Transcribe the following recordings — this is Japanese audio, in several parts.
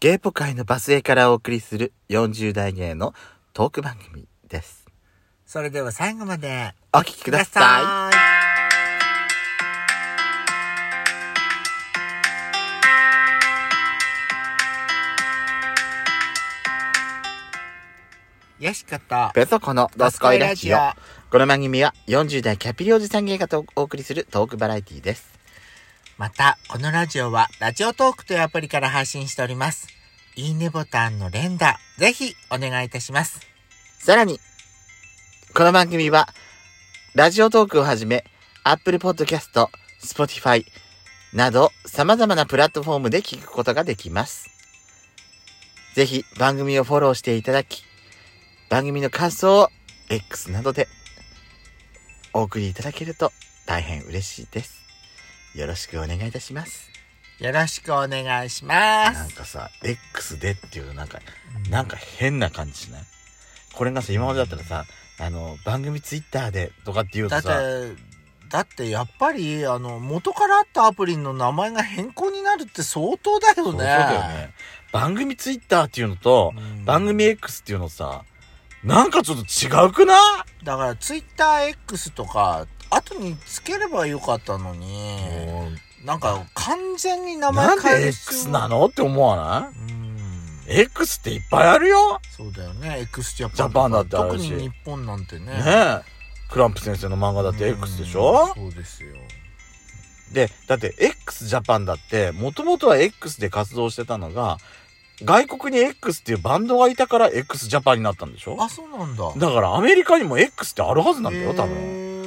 ゲーポ界のバスへからお送りする40代芸のトーク番組です。それでは最後までお聞きくください。よしことい。、ペソコのドスコイラジオ。この番組は40代キャピリおじさん芸がとお送りするトークバラエティです。また、このラジオは、ラジオトークというアプリから配信しております。いいねボタンの連打、ぜひお願いいたします。さらに、この番組は、ラジオトークをはじめ、Apple Podcast、Spotify など様々なプラットフォームで聞くことができます。ぜひ番組をフォローしていただき、番組の感想を X などでお送りいただけると大変嬉しいです。よろしくお願いいたします。よろしくお願いしまなんす。かさ、X でっていうのなんかなんか変な感じしないこれがさ今までだったらさあの番組ツイッターでとかって言うだとっさ、てだってやっぱり、あの、元からあったアプリの名前が変更になるって相当だよね。そうだよね番組ツイッターっていうのと、うん番組 X っていうのさなんかちょっと違うくないだから、ツイッター X とか、後につければよかったのに、もなんか完全にう名前なん変えでる X なののって思わなういん。 ?X っていっぱいあるよそうだよね。X ジャパン。ジャパンだってあ特るしに日本なんてね。ねえクランプ先生の漫画だって X でしょうんそうですよ。でだって x ジャパンだってもともとは X で活動してたのが外国に X っていうバンドがいたから x ジャパンになったんでしょあ、そうなんだ。だからアメリカにも X ってあるはずなんだよ多分へ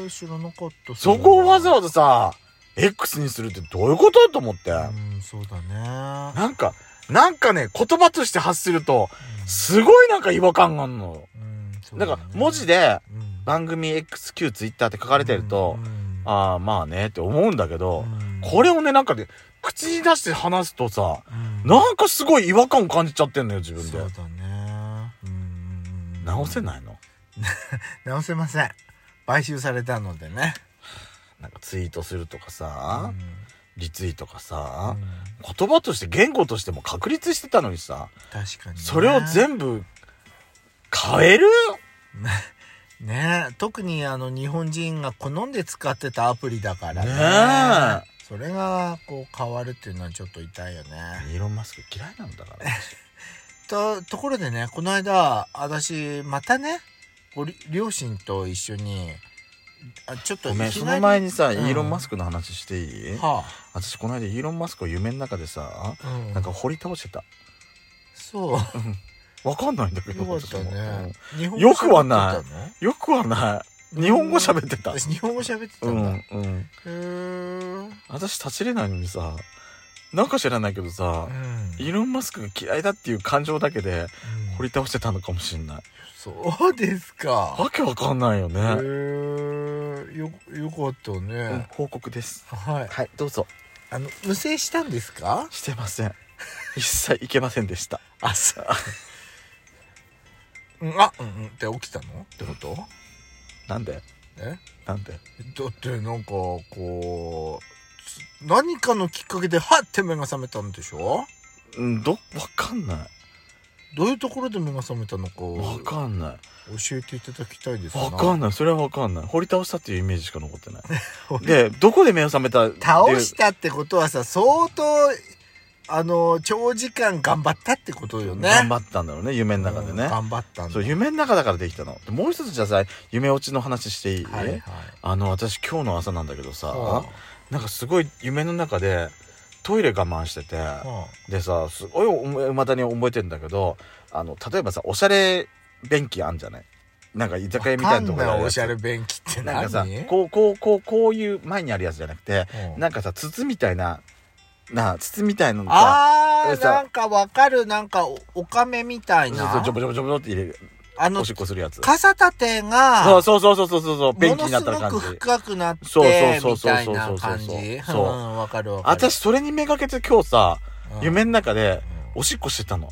ー知らなかった。そこをわざわわざさ X にするってどういうことと思ってうん、そうだね。なんかなんかね言葉として発するとすごいなんか違和感があんのうん、うよなんか文字でで番組 XQTwitter って書かれてると、ああまあねって思うんだけどこれをねなんかね口に出して話すとさ、ななんかすごい違和感を感じちゃってんのよ、自分そでう。だね。うん直せないの直せません。買収されたのでね。なんかツイートするとかさ、うんリツイートかさ、うん言葉として言語としても確立してたのにさ、確かにね。それを全部変えるね特にあの日本人が好んで使ってたアプリだからねねそれがこう変わるっていうのはちょっと痛いよねイーロン・マスク嫌いなんだから。とところでねこの間私またねごり両親と一緒にあちょっ とごいきめ、なそんりの前にさ、うんイーロン・マスクの話していいは私この間イーロン・マスクを夢の中でさ、あ、うん、なんか掘り倒してた。そうわかんないんだけど。よかったね日本よくはない喋ってたのうんよくはない。日本語喋ってた。私日本語喋ってたうんだ、へん、うん。ー私立ちれないのにさなんか知らないけどさう、んイーロン・マスクが嫌いだっていう感情だけでうん掘り倒してたのかもしんないそうですかわけわかんないよね、へーよよかったうんね、報告ですはいはいどうぞあの無制したんですかしてません一切いけませんでしたあさうんあうんうんって起きたのってことなんでえなんでだってなんかこうつ何かのきっかけではって目が覚めたんでしょうんどわかんないどういうところで目が覚めたのかわかんない教えていただきたいですわかんなないそれはわかんない掘り倒したっていうイメージしか残 ってないでどこで目を覚めたっていう倒したってことはさ相当あの長時間頑張ったってことよね頑張ったんだろうね夢の中でうんね、頑張ったんだそう夢の中だからできたのでもう一つじゃあさ夢落ちの話していい、はいはいあの私今日の朝なんだけどさ、はなんかすごい夢の中でトイレ我慢してて、あはでさすごいおまだに覚えてんだけどあの例えばさおしゃれ便器あんじゃないなんか居あ酒屋みたいなとこわかんろないおしゃれれ便器って何なんかさこうこうこうこういう前にあるやつじゃなくてうんなんかさ筒みたいななあ筒みたいなのさあーさなんかわかるなんかおおかめみたいそうそうなジョボジョボジョボジョボって入れるあのおしっこするやつ傘立てそがうそうそうそうそうそう便も器のになすったご感くじ深くなってそうそみうそうそうたそいそうなう感じうそうんわかるわかる私それにめがけて今日さうん夢の中でうんおしっこしてたの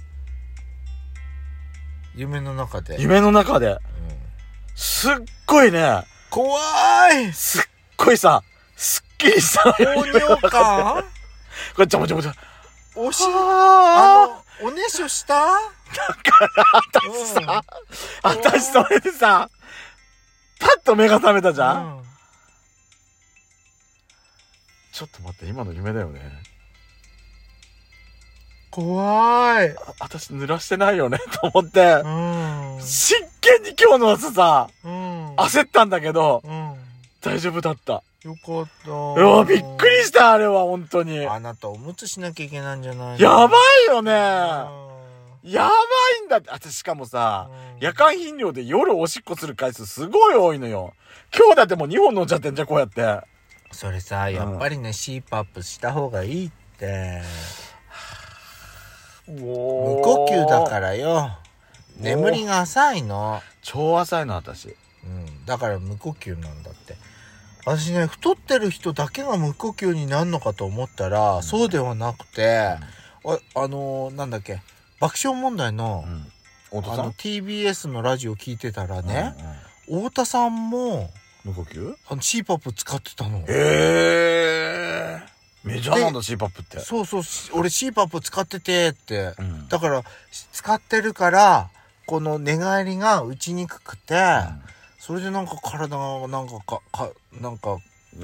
夢の中で夢の中でうんすっごいね怖いすっごいさすっきりした糖尿感 これちょぼちょぼちょぼおしああのお姉話をした私さ、私それでさ、パッと目が覚めたじうゃん、んちょっと待って、今の夢だよね。怖い。あ私濡らしてないよね と思ってう、ん。真剣に今日の朝さ、うん。焦ったんだけど、うん。大丈夫だった。よかった。うわ、びっくりした、あれは、本当に。やあなたおむつしなきゃいけないんじゃないばいよね。ねやばいんだって。私しかもさ、うん夜間頻尿で夜おしっこする回数すごい多いのよ。今日だってもう2本飲んじゃってんじゃん、こうやって。それさ、やっぱりね、CPAP した方がいいって。無。無呼吸だかららよ。眠りが浅いの。超浅いの、私。うん。だから無呼吸なんだって。私ね、太ってる人だけが無呼吸になるのかと思ったら、そうではなくて、ああのーなんだっけ、爆笑問題の、ん。おあの TBS のラジオ聞いてたらねね、、うんうん太田さんも、無呼吸あの CPAP 使ってたの。ええメジャーなんだ、CPAP って。そうそう、し俺 CPAP 使っててって。うんだから、し使ってるから、この寝返りが打ちにくくて、それでなんか体が、なんかか、か、なんか、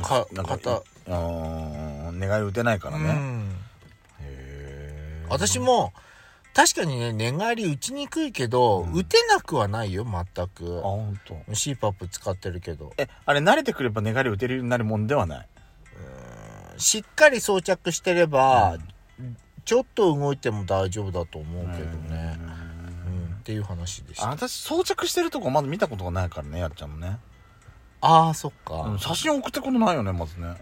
かなん肩うーん願い打てないからうね、ん。へー私も、確かにね、寝返り打ちにくいけど、うん打てなくはないよ、全あく。本当。 CPAP 使ってるけど。えあれ慣れてくれば願い打てるようになるもんではないしっかり装着してれば、ちょっと動いても大丈夫だと思うけどね。うん、っていう話でしあた。私装着してるとこまだ見たことがないからねやっちゃんのね、ああ、そっか。うん、写真送ってことないよねまずね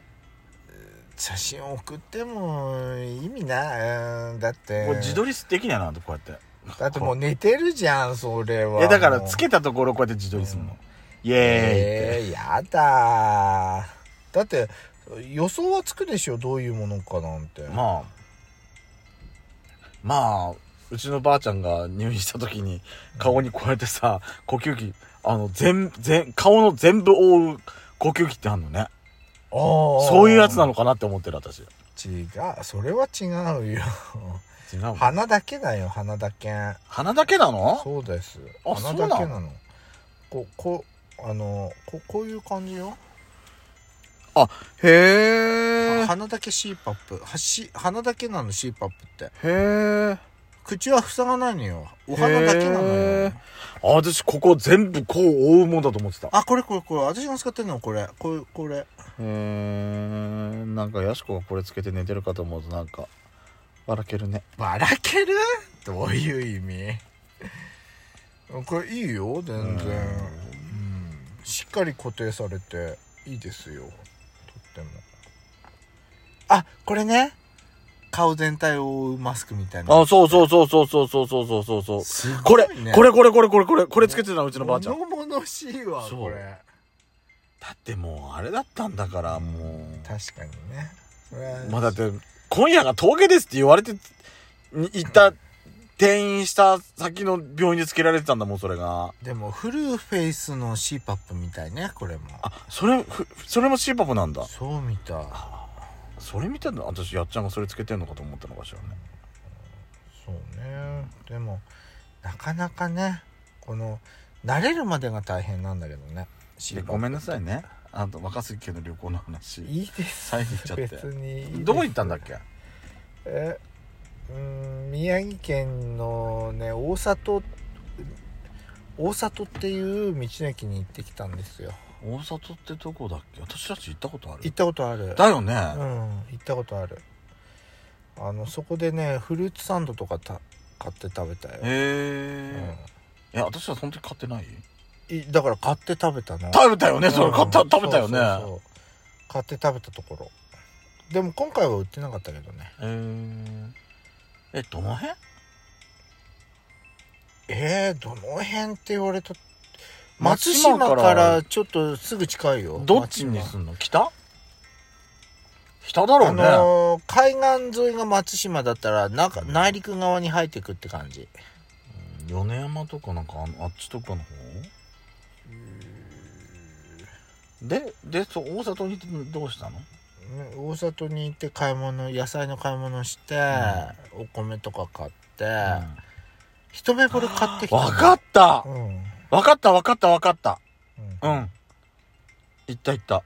写真送っても意味ないうんだってこれ自撮りできないなとこうやってだってもう寝てるじゃんそれはえだからつてけたところこうやって自撮りするの、うんイエーイって、えー、やだーだって予想はつくでしょどういうものかなんて、まあまあうちのばあちゃんが入院した時に顔にこうやってさ呼吸器あの全全顔の全部覆う呼吸器ってあんのねあーそういうやつなのかなって思ってる私違違うそれは違うよ う鼻だけだよ鼻だけ鼻だけなのそうですあ鼻だそけうななのこうこうあのここういう感じよへ鼻だけ CPAP はし鼻だけなの CPAP ってへえ口は塞がないのよお花だけなのよあ私ここ全部こう覆うもんだと思ってたへあこれこれこれ私が使ってるのはこれこれこれえなんかやしこがこれつけて寝てるかと思うとなんか笑けるねばらけるどういう意味これいいよ全然うんうんしっかり固定されていいですよとってもあこれね顔全体を覆うマスクみたいなあそうそうそうそうそうそうそうそうそうそうすこごれ、いねこれこれこれこれこれこれつけてたのうちのばあちゃんだ物々しいわそうこれってもうあれだったんだからも確かにねそれはうまあだって今夜が峠ですって言われてに行った転院した先の病院でつけられてたんだもんそれがでもフルフェイスの CPAP みたいねこれもあそれふそれも c パパなんだそうみたいそれ見てんの私やっちゃんがそれつけてんのかと思ったのかしらねそうねでもなかなかねこの慣れるまでが大変なんだけどねで CPAP ごめんなさいねあと若杉家の旅行の話いいです遮っちゃって別にいいですどこ行ったんだっけえうーん宮城県のね大里大里っていう道の駅に行ってきたんですよ大里ってどこだっけ私たち行ったことある行ったことあるだよね、うん行ったことあるあのそこでねフルーツサンドとかた買って食べたよ、へえ、いや私は本当に買ってないうんいだから買って食べたの食べたよねそれうん買った食べたよねそうそうそう買って食べたところでも今回は売ってなかったけどねへええどの辺えー、どの辺って言われた松松島島からからちょっとすぐ近いよどっちに松島すんの北北だろあうね、のー海岸沿いが松島だったらなんか内陸側に入ってくって感じうん米山とかなんかあのあっちとかの方ででそう大里に行ってどうしたのね大里に行って買い物野菜の買い物して、お米とか買っって、一目惚れ買ってきたわかったうんうんわかったわかったわかったうん行った行った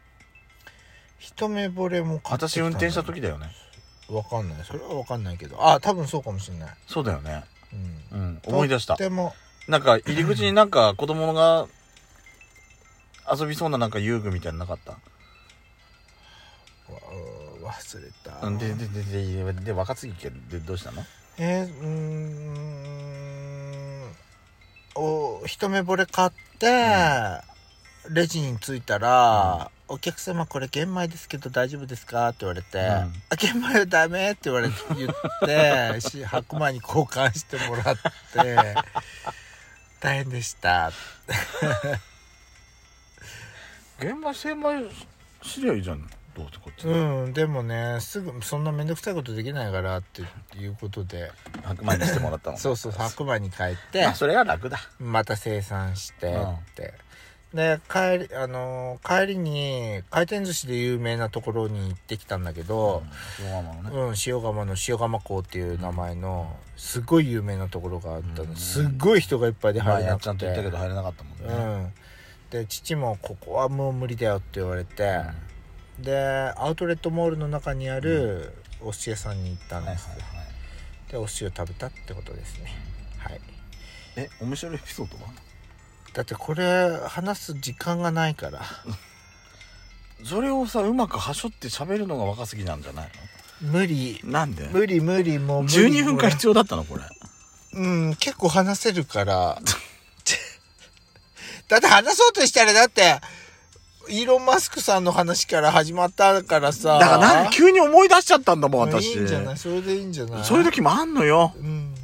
一目惚れも買ってき私た運んだ転した時だよねわかんないそれはわかんないけどあ多分そうかもしれない、そうだよねうん、うん思い出したとってもなんか入り口になんか子供が遊びそうななんか遊具みたいなのなかったわうー忘れた、うんでででででで若すぎけでどうしたのえー、うーんお一目惚れ買って、レジに着いたら、お客様これ玄米ですけど大丈夫ですか?」って言われてん「あ玄米はダメ」って言われて言 ってし白米に交換してもらって「大変でした」現場精米知りゃいいじゃんどうってこっちでうんでもねすぐそんな面倒くさいことできないからっていうことで白米にしてもらった のそうそう白米に変えてあそれが楽だまた生産してうんって、で帰りあのー帰りに回転寿司で有名なところに行ってきたんだけど、そのままのうんね塩釜の塩釜港っていう名前のすごい有名なところがあったの、うんすっごい人がいっぱいで入前れやなっちゃくんとて言ったけど入れなかったもんうねんで父も「ここはもう無理だよ」って言われて、でアウトレットモールの中にあるお寿司屋さんに行ったんはいはいではいす、でお寿司を食べたってことですねはいえ面白いエピソードはだってこれ話す時間がないからそれをさうまくはしょって喋るのが若すぎなんじゃない無理のなんで無理無理もう無理12分間必要だったのこれうん結構話せるから だって話そうとしたらだってイーロン・マスクさんの話から始まったからさだからなんか急に思い出しちゃったんだもんもう私いいんじゃないそれでいいんじゃないそういう時もあんのようん